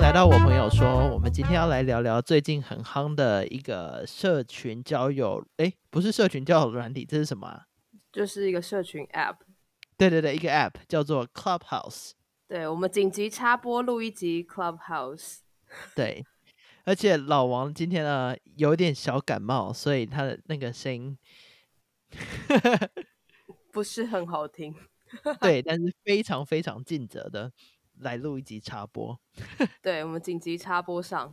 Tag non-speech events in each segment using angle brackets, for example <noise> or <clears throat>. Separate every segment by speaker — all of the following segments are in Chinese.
Speaker 1: 来到我朋友说，我们今天要来聊聊最近很夯的一个社群交友，诶，不是社群交友软体，这是什么、啊？
Speaker 2: 就是一个社群 App。
Speaker 1: 对对对，一个 App 叫做 Clubhouse。
Speaker 2: 对，我们紧急插播录一集 Clubhouse。
Speaker 1: 对，而且老王今天呢有点小感冒，所以他的那个声音
Speaker 2: 不是很好听。
Speaker 1: 对，但是非常非常尽责的来录一集插播。
Speaker 2: 对，我们紧急插播上。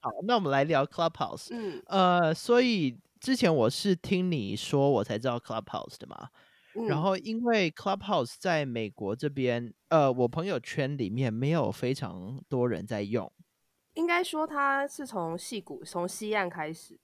Speaker 1: 好，那我们来聊 Clubhouse。
Speaker 2: 嗯
Speaker 1: 呃，所以之前我是听你说我才知道 Clubhouse 的嘛，然
Speaker 2: 嗯，
Speaker 1: 后因为 Clubhouse 在美国这边，呃，我朋友圈里面没有非常多人在用。
Speaker 2: 应该说它是从戏谷、从西岸开始，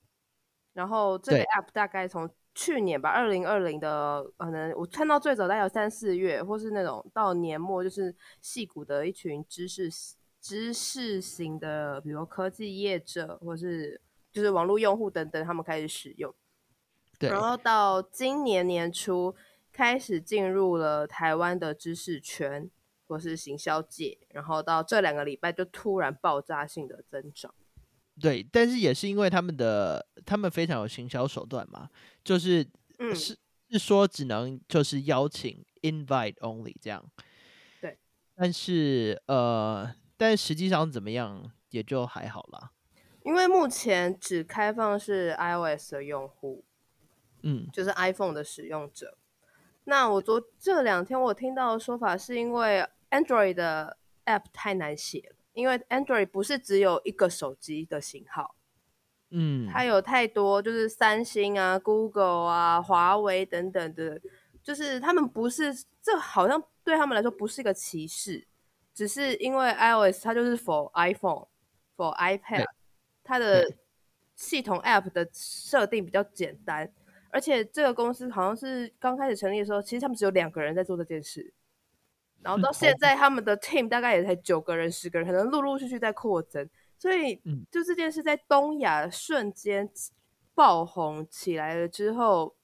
Speaker 2: 然后这个
Speaker 1: 对
Speaker 2: App 大概从去年吧，二零二零的可能我看到最早大概有三四月，或是那种到年末，就是戏谷的一群知识知识型的，比如科技业者或是就是网络用户等等，他们开始使用。
Speaker 1: 对，
Speaker 2: 然后到今年年初开始进入了台湾的知识圈或是行销界，然后到这两个礼拜就突然爆炸性的增长。
Speaker 1: 对，但是也是因为他们的他们非常有行销手段嘛，就是
Speaker 2: 嗯，
Speaker 1: 是是说只能就是邀请 invite only 这样。
Speaker 2: 对，
Speaker 1: 但是呃，但实际上怎么样也就还好啦。
Speaker 2: 因为目前只开放是 iOS 的用户，
Speaker 1: 嗯，
Speaker 2: 就是 iPhone 的使用者。那我昨这两天我听到的说法是因为 Android 的 App 太难写了，因为 Android 不是只有一个手机的型号。
Speaker 1: 嗯，
Speaker 2: 它有太多就是三星啊、Google 啊、华为等等的，就是他们不是这好像对他们来说不是一个歧视，只是因为 iOS 它就是 for iPhone、for iPad，它的
Speaker 1: 对
Speaker 2: 系统 App 的设定比较简单，而且这个公司好像是刚开始成立的时候，其实他们只有两个人在做这件事。然
Speaker 1: 嗯
Speaker 2: 后到现在，他们的 team 大概也才九个人、十个人，可能陆陆续续在扩增。所以
Speaker 1: 嗯，
Speaker 2: 就这件事在东亚瞬间爆红起来了之后，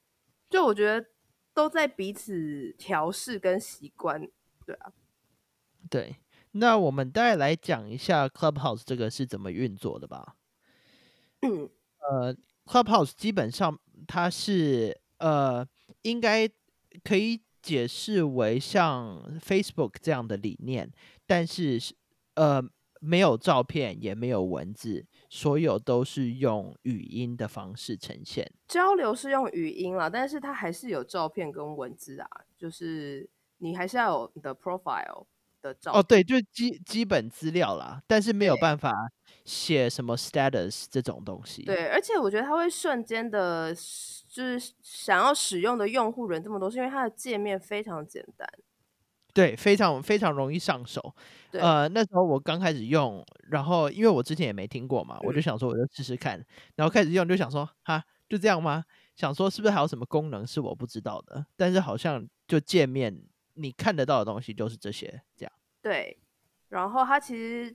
Speaker 2: 就我觉得都在彼此调试跟习惯。 <clears throat>
Speaker 1: 对。那我们大概来讲一下 Clubhouse 这个是怎么运作的吧。
Speaker 2: 嗯
Speaker 1: 呃，Clubhouse 基本上它是呃，应该可以解释为像 Facebook 这样的理念，但是是呃没有照片，也没有文字，所有都是用语音的方式呈现。
Speaker 2: 交流是用语音啦，但是它还是有照片跟文字啊，就是你还是要有你的 profile 的照
Speaker 1: 哦，对，就是基基本资料啦，但是没有
Speaker 2: 对
Speaker 1: 办法写什么 status 这种东西。
Speaker 2: 对，而且我觉得它会瞬间的，就是想要使用的用户人这么多，是因为它的界面非常简单。
Speaker 1: 对，非常非常容易上手。
Speaker 2: 对
Speaker 1: 呃，那时候我刚开始用，然后因为我之前也没听过嘛，我就
Speaker 2: 嗯
Speaker 1: 想说我就试试看，然后开始用就想说哈，就这样吗？想说是不是还有什么功能是我不知道的？但是好像就界面你看得到的东西就是这些，这样。
Speaker 2: 对，然后它其实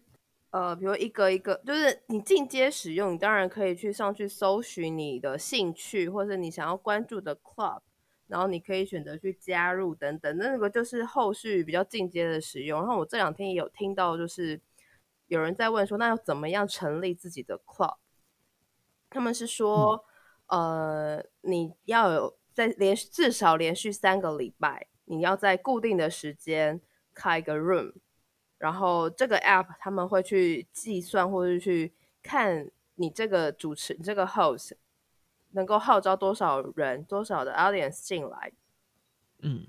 Speaker 2: 呃，比如一个一个，就是你进阶使用，你当然可以去上去搜寻你的兴趣或是你想要关注的 club，然后你可以选择去加入等等。那个就是后续比较进阶的使用。然后我这两天也有听到，就是有人在问说，那要怎么样成立自己的 club？他们是说，呃，你要有在连续至少连续三个礼拜，你要在固定的时间开一个 room，然后这个 app 他们会去计算或者去看你这个主持你这个 host 能够号召多少人多少的 audience 进来，
Speaker 1: 嗯，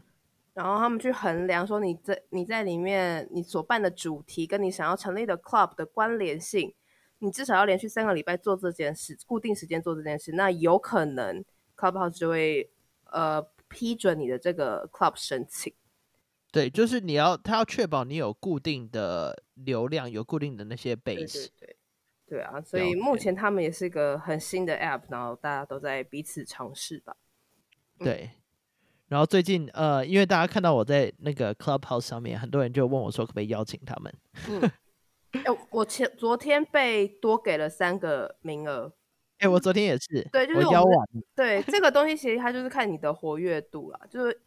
Speaker 2: 然后他们去衡量说你在你在里面你所办的主题跟你想要成立的 club 的关联性，你至少要连续三个礼拜做这件事，固定时间做这件事，那有可能 clubhouse 就会呃批准你的这个 club 申请。
Speaker 1: 对，就是你要它要确保你有固定的流量，有固定的那些
Speaker 2: 对
Speaker 1: base
Speaker 2: 对。对，对啊，所
Speaker 1: 了
Speaker 2: 以目
Speaker 1: 解
Speaker 2: 前他们也是一个很新的 app，然后大家都在彼此尝试吧。嗯
Speaker 1: 对。然后最近，呃，因为大家看到我在那个 Clubhouse 上面，很多人就问我说可不可以邀请他们。
Speaker 2: 嗯，哎、我前昨天被多给了三个名额。
Speaker 1: 哎、我昨天也是，
Speaker 2: 对就是
Speaker 1: 我
Speaker 2: 我
Speaker 1: 邀
Speaker 2: 们
Speaker 1: 完了，
Speaker 2: 对，这个东西其实它就是看你的活跃度啦，就是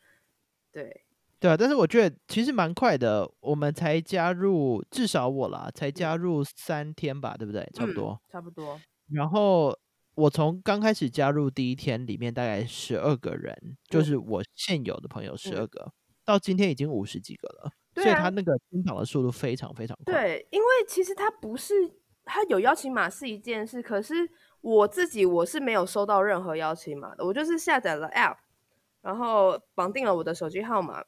Speaker 2: 对，
Speaker 1: 对啊，但是我觉得其实蛮快的，我们才加入，至少我啦，才加入三天吧，对不对？差不多。
Speaker 2: 嗯差不多。
Speaker 1: 然后我从刚开始加入第一天里面大概十二个人，就
Speaker 2: 嗯
Speaker 1: 是我现有的朋友十
Speaker 2: 嗯
Speaker 1: 二个，到今天已经五十几个了，
Speaker 2: 对
Speaker 1: 所以
Speaker 2: 啊
Speaker 1: 他那个增长的速度非常非常快。
Speaker 2: 对，因为其实他不是他有邀请码是一件事，可是我自己我是没有收到任何邀请码的，我就是下载了 App，然后绑定了我的手机号码。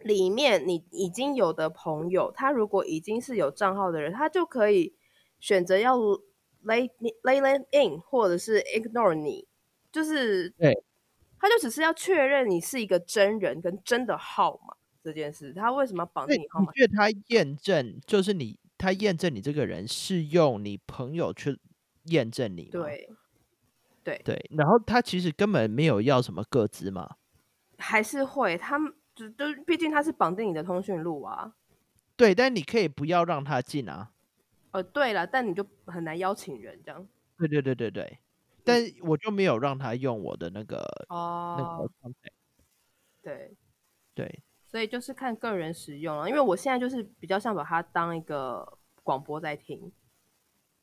Speaker 2: 里面你已经有的朋友，他如果已经是有账号的人，他就可以选择要 lay 你 lay them in，或者是 ignore 你，就是
Speaker 1: 对，
Speaker 2: 他就只是要确认你是一个真人跟真的号码这件事。他为什么要绑
Speaker 1: 那
Speaker 2: 定你号码
Speaker 1: 你？觉得他验证就是你，他验证你这个人是用你朋友去验证你吗？
Speaker 2: 对，
Speaker 1: 对，然后他其实根本没有要什么个资嘛。
Speaker 2: 还是会，他们就都毕竟他是绑定你的通讯录啊。
Speaker 1: 对，但你可以不要让他进啊。
Speaker 2: 呃，对了，但你就很难邀请人这样。
Speaker 1: 对对对对嗯对，但我就没有让他用我的那个、那个
Speaker 2: 哦，
Speaker 1: contact。
Speaker 2: 对，
Speaker 1: 对，
Speaker 2: 所以就是看个人使用啊了，因为我现在就是比较像把它当一个广播在听，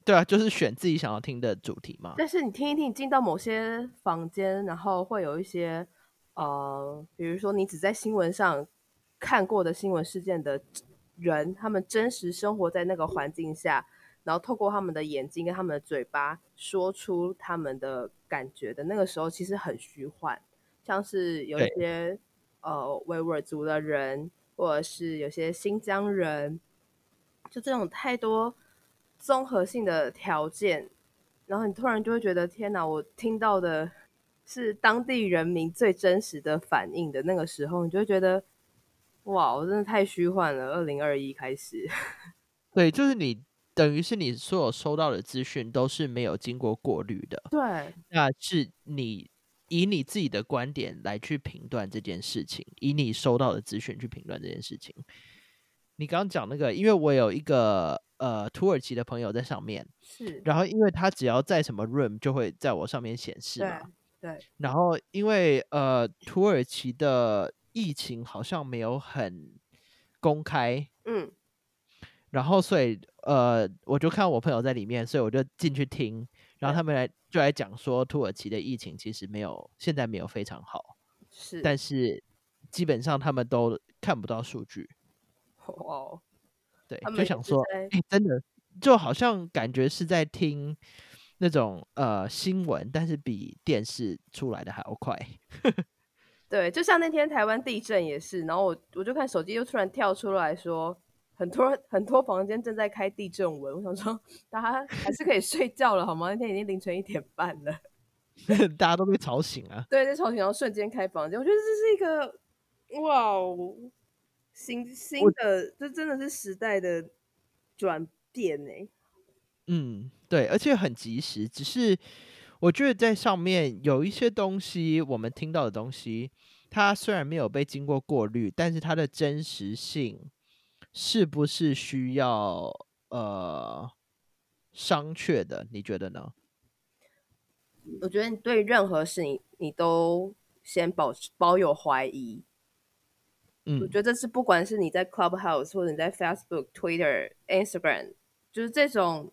Speaker 1: 对啊，就是选自己想要听的主题嘛。
Speaker 2: 但是你听一听，你进到某些房间，然后会有一些呃，比如说你只在新闻上看过的新闻事件的人，他们真实生活在那个环境下，然后透过他们的眼睛跟他们的嘴巴说出他们的感觉的那个时候，其实很虚幻，像是有一
Speaker 1: 对
Speaker 2: 些呃维吾尔族的人，或者是有些新疆人，就这种太多综合性的条件，然后你突然就会觉得天哪，我听到的是当地人民最真实的反应的那个时候，你就会觉得哇，我真的太虚幻了。二零二一开始， <laughs>
Speaker 1: 对，就是你等于是你所有收到的资讯都是没有经过过滤的，
Speaker 2: 对
Speaker 1: 那是你以你自己的观点来去评断这件事情，以你收到的资讯去评断这件事情。你刚刚讲那个，因为我有一个呃土耳其的朋友在上面，
Speaker 2: 是，
Speaker 1: 然后因为他只要在什么 room 就会在我上面显示
Speaker 2: 对
Speaker 1: 嘛，
Speaker 2: 对，
Speaker 1: 然后因为呃土耳其的疫情好像没有很公开，
Speaker 2: <laughs> 嗯
Speaker 1: 然后所以呃，我就看我朋友在里面，所以我就进去听，然后
Speaker 2: 对
Speaker 1: 他们来就来讲说，土耳其的疫情其实没有现在没有非常好，
Speaker 2: 是，
Speaker 1: 但是基本上他们都看不到数据，
Speaker 2: 哦，
Speaker 1: 对
Speaker 2: 他，们
Speaker 1: 就
Speaker 2: 也
Speaker 1: 想
Speaker 2: 是
Speaker 1: 说，
Speaker 2: 在
Speaker 1: 哎，真的就好像感觉是在听那种呃新闻，但是比电视出来的还要快， <laughs>
Speaker 2: 对，就像那天台湾地震也是，然后我我就看手机就突然跳出来说，很多很多房间正在开地震文，我想说 <laughs> 大家还是可以睡觉了好吗？那天已经凌晨一点半了，
Speaker 1: 大家都被吵醒啊。
Speaker 2: 对，在吵醒，然后瞬间开房间，我觉得这是一个哇哦，新新
Speaker 1: 我
Speaker 2: 的，这真的是时代的转变欸呢、
Speaker 1: 嗯，对，而且很及时。只是我觉得在上面有一些东西，我们听到的东西，它虽然没有被经过过滤，但是它的真实性是不是需要呃商榷的？你觉得呢？
Speaker 2: 我觉得你对任何事你你都先保持保有怀疑，我
Speaker 1: 嗯，
Speaker 2: 觉得这是不管是你在 Clubhouse 或者你在 Facebook、Twitter、Instagram，就是这种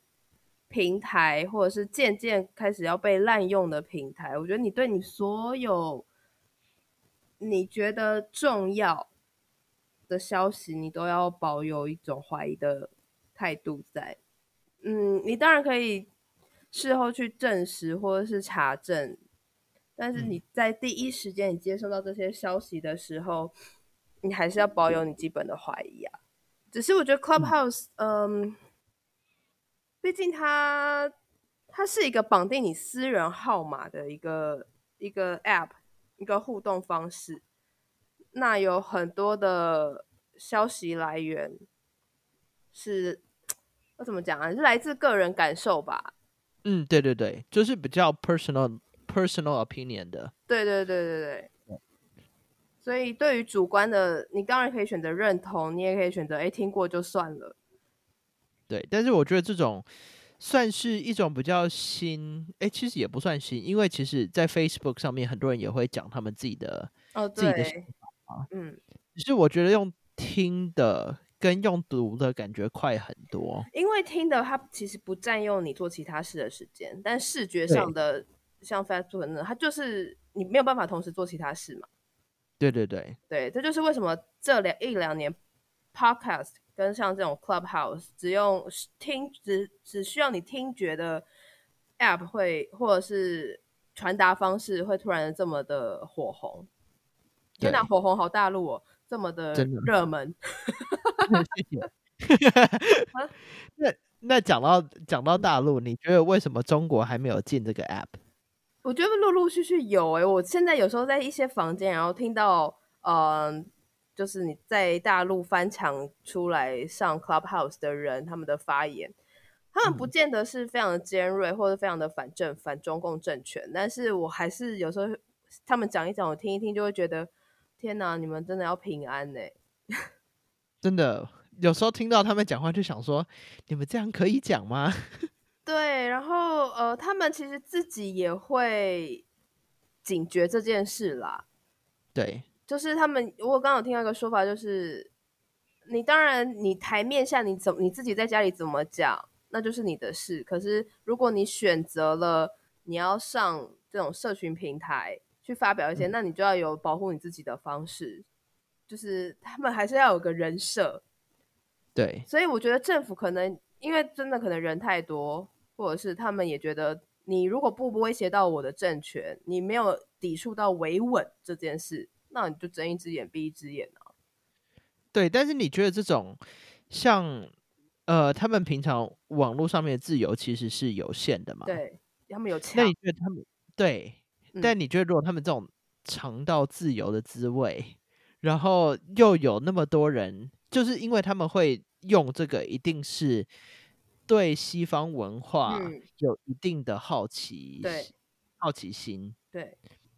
Speaker 2: 平台，或者是渐渐开始要被滥用的平台，我觉得你对你所有你觉得重要的消息，你都要保有一种怀疑的态度在。嗯，你当然可以事后去证实或者是查证，但是
Speaker 1: 嗯
Speaker 2: 你在第一时间你接收到这些消息的时候，你还是要保有你基本的怀疑啊。只是我觉得 Clubhouse，嗯，毕竟它它是一个绑定你私人号码的一个一个 App，一个互动方式。那有很多的消息来源是，我怎么讲啊？是来自个人感受吧？
Speaker 1: 嗯，对对对，就是比较 personal personal opinion 的。
Speaker 2: 对对对对对。
Speaker 1: 嗯
Speaker 2: 所以对于主观的，你当然可以选择认同，你也可以选择哎听过就算了。
Speaker 1: 对，但是我觉得这种算是一种比较新，诶，其实也不算新，因为其实在 Facebook 上面很多人也会讲他们自己的
Speaker 2: 哦，
Speaker 1: 自己的想
Speaker 2: 对，
Speaker 1: 法啊
Speaker 2: 嗯，
Speaker 1: 只是我觉得用听的跟用读的感觉快很多。
Speaker 2: 因为听的它其实不占用你做其他事的时间，但视觉上的像 Facebook 那种，它就是你没有办法同时做其他事嘛。
Speaker 1: 对对对，
Speaker 2: 对，这就是为什么这两一两年 Podcast 跟像这种 Clubhouse 只用听只只需要你听觉的 App 会或者是传达方式会突然这么的火红。天哪，
Speaker 1: 对
Speaker 2: 火红好大陆哦，这么的
Speaker 1: 真的
Speaker 2: 热门。
Speaker 1: 谢谢。那那讲到讲到大陆，你觉得为什么中国还没有进这个 app？
Speaker 2: 我觉得陆陆续续有诶、我现在有时候在一些房间，然后听到，嗯、就是你在大陆翻墙出来上 Clubhouse 的人，他们的发言，他们不见得是非常的尖锐，或者非常的反政、反中共政权，但是我还是有时候他们讲一讲，我听一听，就会觉得，天哪，你们真的要平安欸呢、
Speaker 1: 真的，有时候听到他们讲话就想说，你们这样可以讲吗？
Speaker 2: 对，然后呃，他们其实自己也会警觉这件事啦，
Speaker 1: 对，
Speaker 2: 就是他们，我刚刚有听到一个说法，就是你当然你台面下你怎么你自己在家里怎么讲，那就是你的事。可是如果你选择了你要上这种社群平台去发表一些，那你就要有保护你自己的方式，就是他们还是要有个人设。
Speaker 1: 对，
Speaker 2: 所以我觉得政府可能因为真的可能人太多，或者是他们也觉得你如果不威胁到我的政权，你没有抵触到维稳这件事，那你就睁一只眼闭一只眼啊。
Speaker 1: 对，但是你觉得这种像呃，他们平常网络上面的自由其实是有限的嘛？。
Speaker 2: 对他们有枪
Speaker 1: 啊那你，觉得他们对？
Speaker 2: 嗯
Speaker 1: 但你觉得如果他们这种尝到自由的滋味，然后又有那么多人，就是因为他们会用这个，一定是对西方文化
Speaker 2: 嗯
Speaker 1: 有一定的好奇，
Speaker 2: 对
Speaker 1: 好奇心。
Speaker 2: 对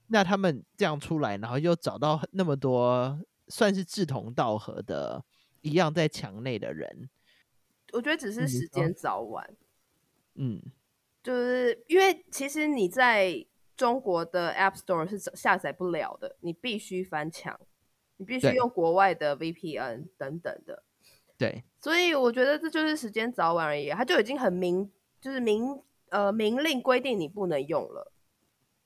Speaker 1: 那他们这样出来，然后又找到那么多算是志同道合的，一样在墙内的人，
Speaker 2: 我觉得只是
Speaker 1: 嗯
Speaker 2: 时
Speaker 1: 你说
Speaker 2: 间早晚，
Speaker 1: 嗯，
Speaker 2: 就是因为其实你在中国的 App Store 是下载不了的，你必须翻墙，你必须
Speaker 1: 对
Speaker 2: 用国外的 VPN 等等的。
Speaker 1: 对
Speaker 2: 所以我觉得这就是时间早晚而已，它就已经很明，就是明呃明令规定你不能用了。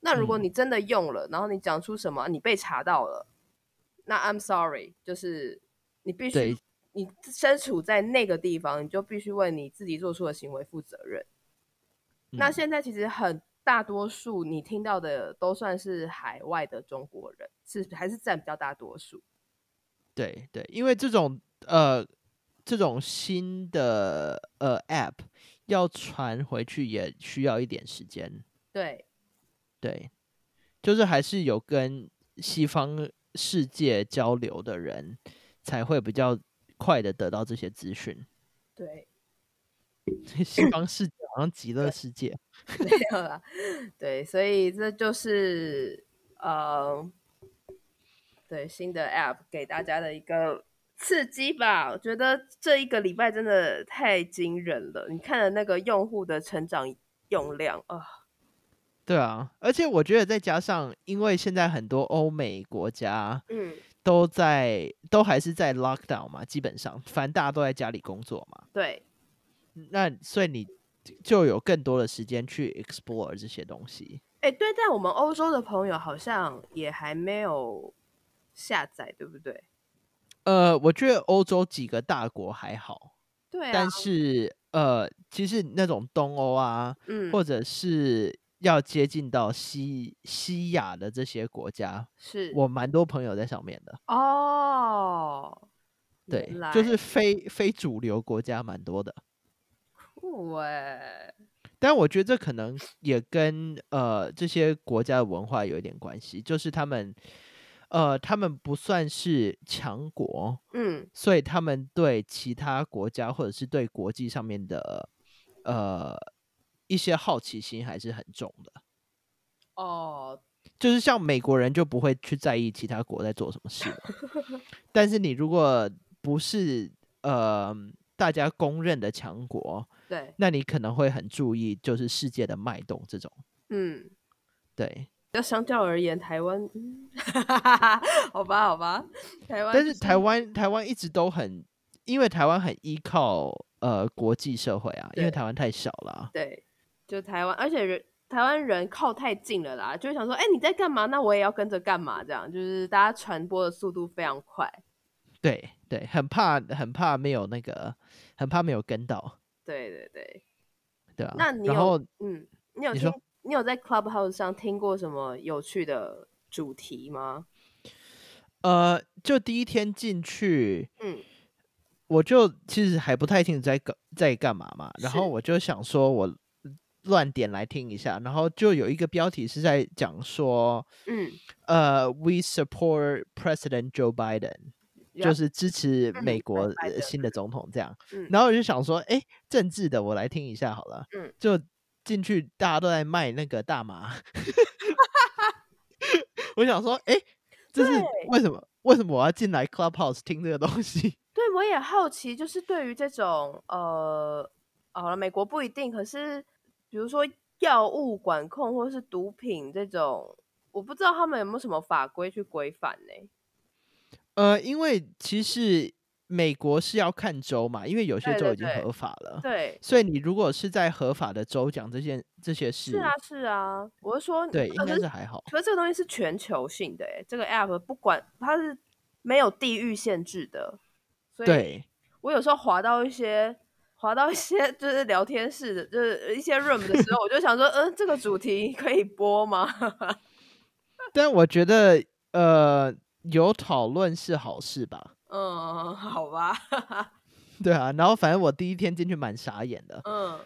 Speaker 2: 那如果
Speaker 1: 嗯
Speaker 2: 你真的用了，然后你讲出什么，你被查到了，那 I'm sorry，就是你必须
Speaker 1: 对
Speaker 2: 你身处在那个地方，你就必须为你自己做出的行为负责任。那
Speaker 1: 嗯
Speaker 2: 现在其实很大多数你听到的都算是海外的中国人，是还是占比较大多数。
Speaker 1: 对对，因为这种呃这种新的呃 App 要传回去也需要一点时间，
Speaker 2: 对，
Speaker 1: 对，就是还是有跟西方世界交流的人才会比较快的得到这些资讯。 <laughs>
Speaker 2: 对，
Speaker 1: 西方世界好像极乐世界，
Speaker 2: 没有啦，对，所以这就是呃，对新的 App 给大家的一个刺激吧。我觉得这一个礼拜真的太惊人了，你看了那个用户的成长用量啊、
Speaker 1: 对啊，而且我觉得再加上，因为现在很多欧美国家
Speaker 2: 嗯，
Speaker 1: 都在都还是在 lockdown 嘛，基本上反正大家都在家里工作嘛。嗯
Speaker 2: 对
Speaker 1: 那所以你就有更多的时间去 explore 这些东西。
Speaker 2: 哎，对，但我们欧洲的朋友好像也还没有下载，对不对？
Speaker 1: 呃，我觉得欧洲几个大国还好，
Speaker 2: 对啊
Speaker 1: 但，是呃，其实那种东欧啊，
Speaker 2: 嗯，
Speaker 1: 或者是要接近到西西亚的这些国家，
Speaker 2: 是
Speaker 1: 我蛮多朋友在上面的。
Speaker 2: 哦，
Speaker 1: 对
Speaker 2: 原来，
Speaker 1: 就是非非主流国家蛮多的，
Speaker 2: 酷哎，
Speaker 1: 但我觉得这可能也跟呃这些国家的文化有一点关系，就是他们呃他们不算是强国，
Speaker 2: 嗯，
Speaker 1: 所以他们对其他国家或者是对国际上面的呃一些好奇心还是很重的。
Speaker 2: 哦，
Speaker 1: 就是像美国人就不会去在意其他国在做什么事嘛，但是你如果不是呃大家公认的强国，
Speaker 2: 对，
Speaker 1: 那你可能会很注意就是世界的脉动这种。
Speaker 2: 嗯，
Speaker 1: 对，
Speaker 2: 要相较而言，台湾，嗯 <laughs> 好吧，好吧，台湾就，
Speaker 1: 但是台湾台湾一直都很，因为台湾很依靠呃国际社会啊，因为
Speaker 2: 对
Speaker 1: 台湾太小了啊、
Speaker 2: 对，就台湾，而且人台湾人靠太近了啦，就会想说，哎、你在干嘛？那我也要跟着干嘛？这样就是大家传播的速度非常快。
Speaker 1: 对对，很怕很怕没有那个，很怕没有跟到，
Speaker 2: 对对对，
Speaker 1: 对吧、啊？
Speaker 2: 那你
Speaker 1: 然
Speaker 2: 有
Speaker 1: 后
Speaker 2: 嗯，你有
Speaker 1: 你
Speaker 2: 听
Speaker 1: 说
Speaker 2: 你有在 Clubhouse 上听过什么有趣的主题吗？
Speaker 1: 呃，就第一天进去，
Speaker 2: 嗯，
Speaker 1: 我就其实还不太清楚在干在干嘛嘛，然后
Speaker 2: 是
Speaker 1: 我就想说我乱点来听一下，然后就有一个标题是在讲说，
Speaker 2: 嗯，
Speaker 1: 呃，We support President Joe Biden，就是支持美
Speaker 2: 嗯
Speaker 1: 国呃
Speaker 2: 拜登
Speaker 1: 新的总统这样
Speaker 2: 嗯。
Speaker 1: 然后我就想说，哎，政治的我来听一下好了
Speaker 2: 嗯，
Speaker 1: 就进去大家都在卖那个大
Speaker 2: <laughs>
Speaker 1: 麻， <laughs> 我想说，哎，这是
Speaker 2: 对
Speaker 1: 为什么？为什么我要进来 Clubhouse 听这个东西？ <laughs>
Speaker 2: 对，我也好奇，就是对于这种呃，好了，美国不一定，可是比如说药物管控或是毒品这种，我不知道他们有没有什么法规去规范呢、
Speaker 1: 呃，因为其实美国是要看州嘛，因为有些
Speaker 2: 对
Speaker 1: 州
Speaker 2: 对
Speaker 1: 已经
Speaker 2: 对
Speaker 1: 合法了，
Speaker 2: 对，
Speaker 1: 所以你如果是在合法的州讲这些这些事，
Speaker 2: 是啊，是啊，我是说，
Speaker 1: 对，应
Speaker 2: 可
Speaker 1: 该
Speaker 2: 是
Speaker 1: 是还好。
Speaker 2: 可是这个东西是全球性的、欸，这个 app 不管它是没有地域限制的，所以
Speaker 1: 对，
Speaker 2: 我有时候滑到一些滑到一些就是聊天室的，就是一些 room 的时候，我就想说，嗯，这个主题可以播吗？
Speaker 1: 但我觉得呃，有讨论是好事吧？ <laughs>
Speaker 2: 嗯，好吧，
Speaker 1: 对啊，然后反正我第一天进去蛮傻眼的，
Speaker 2: 嗯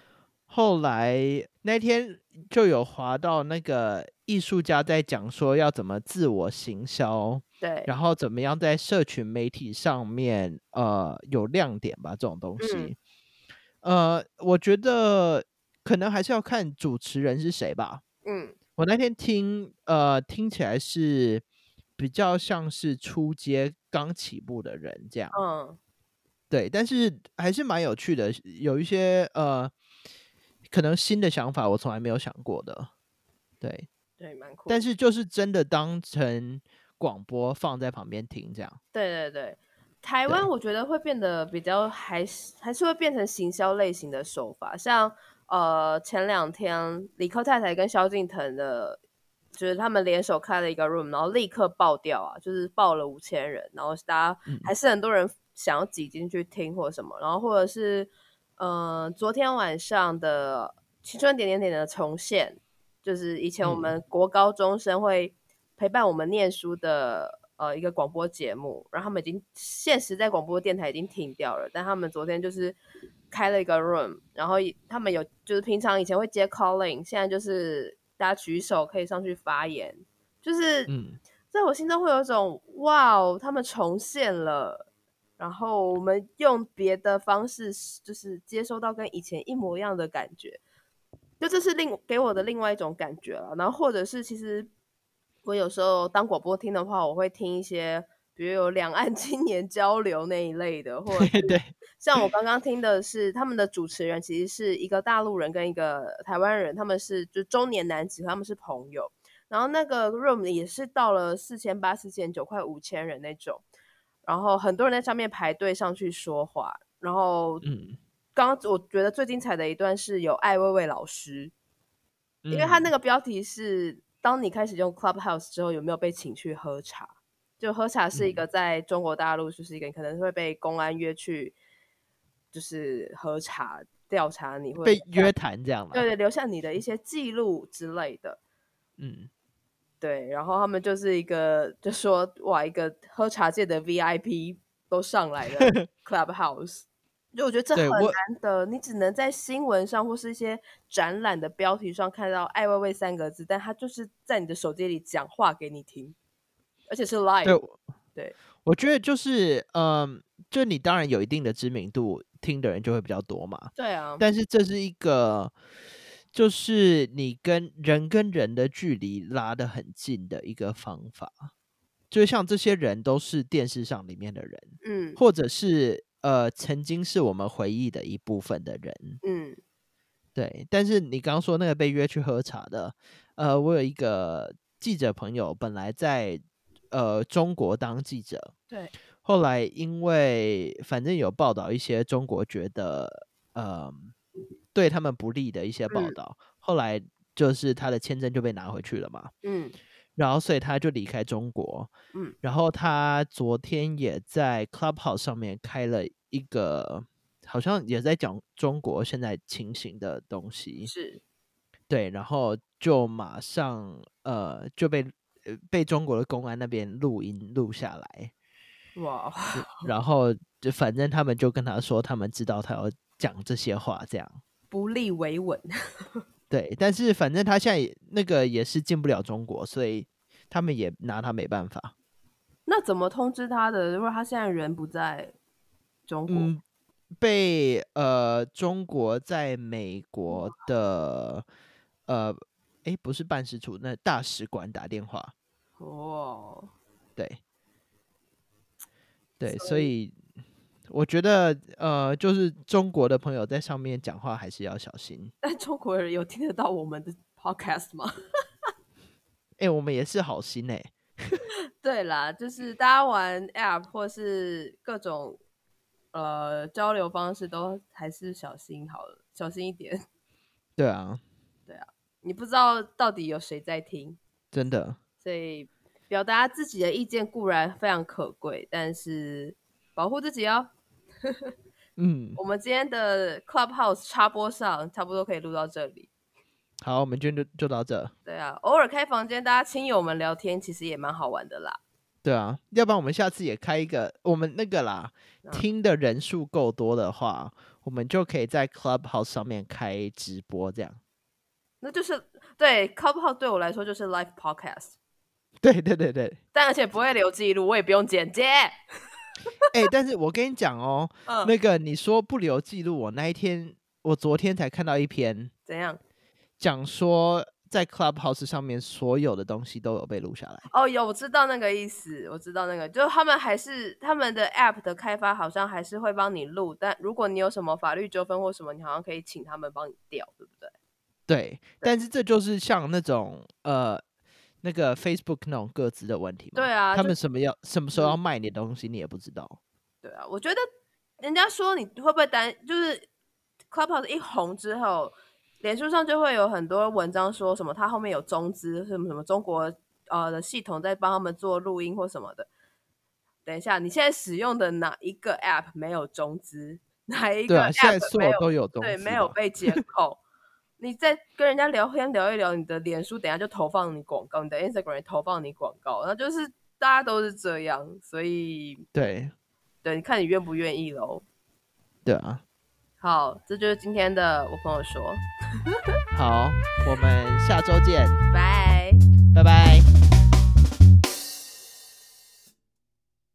Speaker 1: 后来那天就有滑到那个艺术家在讲说要怎么自我行销，，
Speaker 2: 对，
Speaker 1: 然后怎么样在社群媒体上面呃有亮点吧，这种东
Speaker 2: 嗯
Speaker 1: 西。呃，我觉得可能还是要看主持人是谁吧。
Speaker 2: 嗯
Speaker 1: 我那天听呃听起来是比较像是初阶刚起步的人这样，
Speaker 2: 嗯，
Speaker 1: 对，但是还是蛮有趣的，有一些呃可能新的想法我从来没有想过的，对，
Speaker 2: 对，蛮酷的。
Speaker 1: 但是就是真的当成广播放在旁边听这样。
Speaker 2: 对对对，台湾
Speaker 1: 对
Speaker 2: 我觉得会变得比较还是还是会变成行销类型的手法，像呃前两天李克太太跟萧敬腾的，就是他们联手开了一个 room，然后立刻爆掉啊，就是爆了五千人，然后大家
Speaker 1: 嗯
Speaker 2: 还是很多人想要挤进去听或什么，然后或者是呃昨天晚上的青春点点点的重现，就是以前我
Speaker 1: 嗯
Speaker 2: 们国高中生会陪伴我们念书的呃一个广播节目，然后他们已经现实在广播电台已经停掉了，但他们昨天就是开了一个 room，然后也他们有就是平常以前会接 calling，现在就是大家举手可以上去发言，就是
Speaker 1: 嗯，
Speaker 2: 在我心中会有一种哇哦，他们重现了。然后我们用别的方式，就是接收到跟以前一模一样的感觉，就这是另给我的另外一种感觉了。然后或者是其实我有时候当广播听的话，我会听一些，比如有两岸青年交流那一类的，或者
Speaker 1: 对，
Speaker 2: 像我刚刚听的是他们的主持人其实是一个大陆人跟一个台湾人，他们是就中年男子，他们是朋友。然后那个 room 也是到了四千八、四千九、快五千人那种，然后很多人在上面排队上去说话。然后
Speaker 1: 嗯，
Speaker 2: 刚刚我觉得最精彩的一段是有艾薇薇老师，因为他
Speaker 1: 嗯
Speaker 2: 那个标题是“当你开始用 Clubhouse 之后，有没有被请去喝茶？”就喝茶是一
Speaker 1: 嗯
Speaker 2: 个在中国大陆就是一个可能会被公安约去，就是喝茶调查你，或者
Speaker 1: 被
Speaker 2: 是
Speaker 1: 约谈这样啦
Speaker 2: 对对留下你的一些记录之类的。
Speaker 1: 嗯，
Speaker 2: 对，然后他们就是一个就说哇，一个喝茶界的 VIP 都上来了
Speaker 1: <laughs>
Speaker 2: Clubhouse，就我觉得这
Speaker 1: 对
Speaker 2: 很
Speaker 1: 我
Speaker 2: 难得，你只能在新闻上或是一些展览的标题上看到“艾薇薇”三个字，但他就是在你的手机里讲话给你听，而且是 live
Speaker 1: 对我
Speaker 2: 对，
Speaker 1: 我觉得就是嗯，就你当然有一定的知名度，听的人就会比较多嘛。
Speaker 2: 对啊，
Speaker 1: 但是这是一个，就是你跟人跟人的距离拉得很近的一个方法。就像这些人都是电视上里面的人，
Speaker 2: 嗯
Speaker 1: 或者是呃曾经是我们回忆的一部分的人，
Speaker 2: 嗯
Speaker 1: 对。但是你刚刚说那个被约去喝茶的，呃，我有一个记者朋友本来在呃中国当记者，
Speaker 2: 对，
Speaker 1: 后来因为反正有报道一些中国觉得呃对他们不利的一些报
Speaker 2: 嗯
Speaker 1: 道，后来就是他的签证就被拿回去了嘛，
Speaker 2: 嗯
Speaker 1: 然后所以他就离开中国，
Speaker 2: 嗯，
Speaker 1: 然后他昨天也在 Clubhouse 上面开了一个，好像也在讲中国现在情形的东西，
Speaker 2: 是，
Speaker 1: 对，然后就马上呃就被呃被中国的公安那边录音录下来，
Speaker 2: 哇，
Speaker 1: 然后就反正他们就跟他说，他们知道他要讲这些话，这样。
Speaker 2: 不利维稳，
Speaker 1: 对，但是反正他现在也那个也是进不了中国，所以他们也拿他没办法。
Speaker 2: 那怎么通知他的？如果他现在人不在中国，
Speaker 1: 嗯，被呃中国在美国的呃，诶，不是办事处，那大使馆打电话，
Speaker 2: 哦，
Speaker 1: 对，对，
Speaker 2: 所
Speaker 1: 所以我觉得呃，就是中国的朋友在上面讲话还是要小心。
Speaker 2: 但中国人有听得到我们的 podcast 吗？ <laughs>
Speaker 1: 诶，我们也是好心诶，
Speaker 2: 对啦，就是大家玩 app 或是各种呃交流方式，都还是小心好了，小心一点。 <laughs>
Speaker 1: 对啊，
Speaker 2: 你不知道到底有谁在听，
Speaker 1: 真的，
Speaker 2: 所以表达自己的意见固然非常可贵，但是保护自己哦。
Speaker 1: 嗯，
Speaker 2: 我们今天的 Clubhouse 插播上差不多可以录到这里。
Speaker 1: 好，我们今天就就到这，
Speaker 2: 对啊，偶尔开房间，大家亲友们聊天，其实也蛮好玩的啦。
Speaker 1: 对啊，要不然我们下次也开一个，我们那个啦，
Speaker 2: 嗯
Speaker 1: 听的人数够多的话，我们就可以在 Clubhouse 上面开直播，这样。 <laughs>
Speaker 2: 那就是对 Clubhouse 对我来说就是 live podcast，
Speaker 1: 对对对对，
Speaker 2: 但而且不会留记录，我也不用剪接。
Speaker 1: 哎、但是我跟你讲哦，
Speaker 2: 嗯，
Speaker 1: 那个你说不留记录，我那一天，我昨天才看到一篇
Speaker 2: 怎样？
Speaker 1: 讲说，在 Clubhouse 上面所有的东西都有被录下来。
Speaker 2: 哦，有，我知道那个意思，我知道那个，就是他们还是他们的 app 的开发好像还是会帮你录，但如果你有什么法律纠纷或什么，你好像可以请他们帮你调，对不对？
Speaker 1: 对，但是这就是像那种呃。那个 Facebook 那种各自的问题嘛，
Speaker 2: 对啊
Speaker 1: 他
Speaker 2: 就
Speaker 1: 们什么要什么时候
Speaker 2: 嗯
Speaker 1: 要卖你的东西，你也不知道。
Speaker 2: 对啊，我觉得人家说你会不会担，就是 Clubhouse 一红之后，脸书上就会有很多文章说什么它后面有中资什么什么中国呃的系统在帮他们做录音或什么的。等一下，你现在使用的哪一个 App 没有中资？哪一
Speaker 1: 对
Speaker 2: 个
Speaker 1: 啊，现在
Speaker 2: App
Speaker 1: 所
Speaker 2: 没
Speaker 1: 有
Speaker 2: 有
Speaker 1: 都有东
Speaker 2: 对
Speaker 1: 西，
Speaker 2: 没有。
Speaker 1: <laughs>
Speaker 2: 被解扣？你再跟人家聊天聊一聊，你的脸书等一下就投放你广告，你的 Instagram 也投放你广告，那就是大家都是这样，所以
Speaker 1: 对
Speaker 2: 对，你看你愿不愿意喽。
Speaker 1: 对啊，
Speaker 2: 好，这就是今天的我朋友说，
Speaker 1: 好，我们下周见。
Speaker 2: 拜。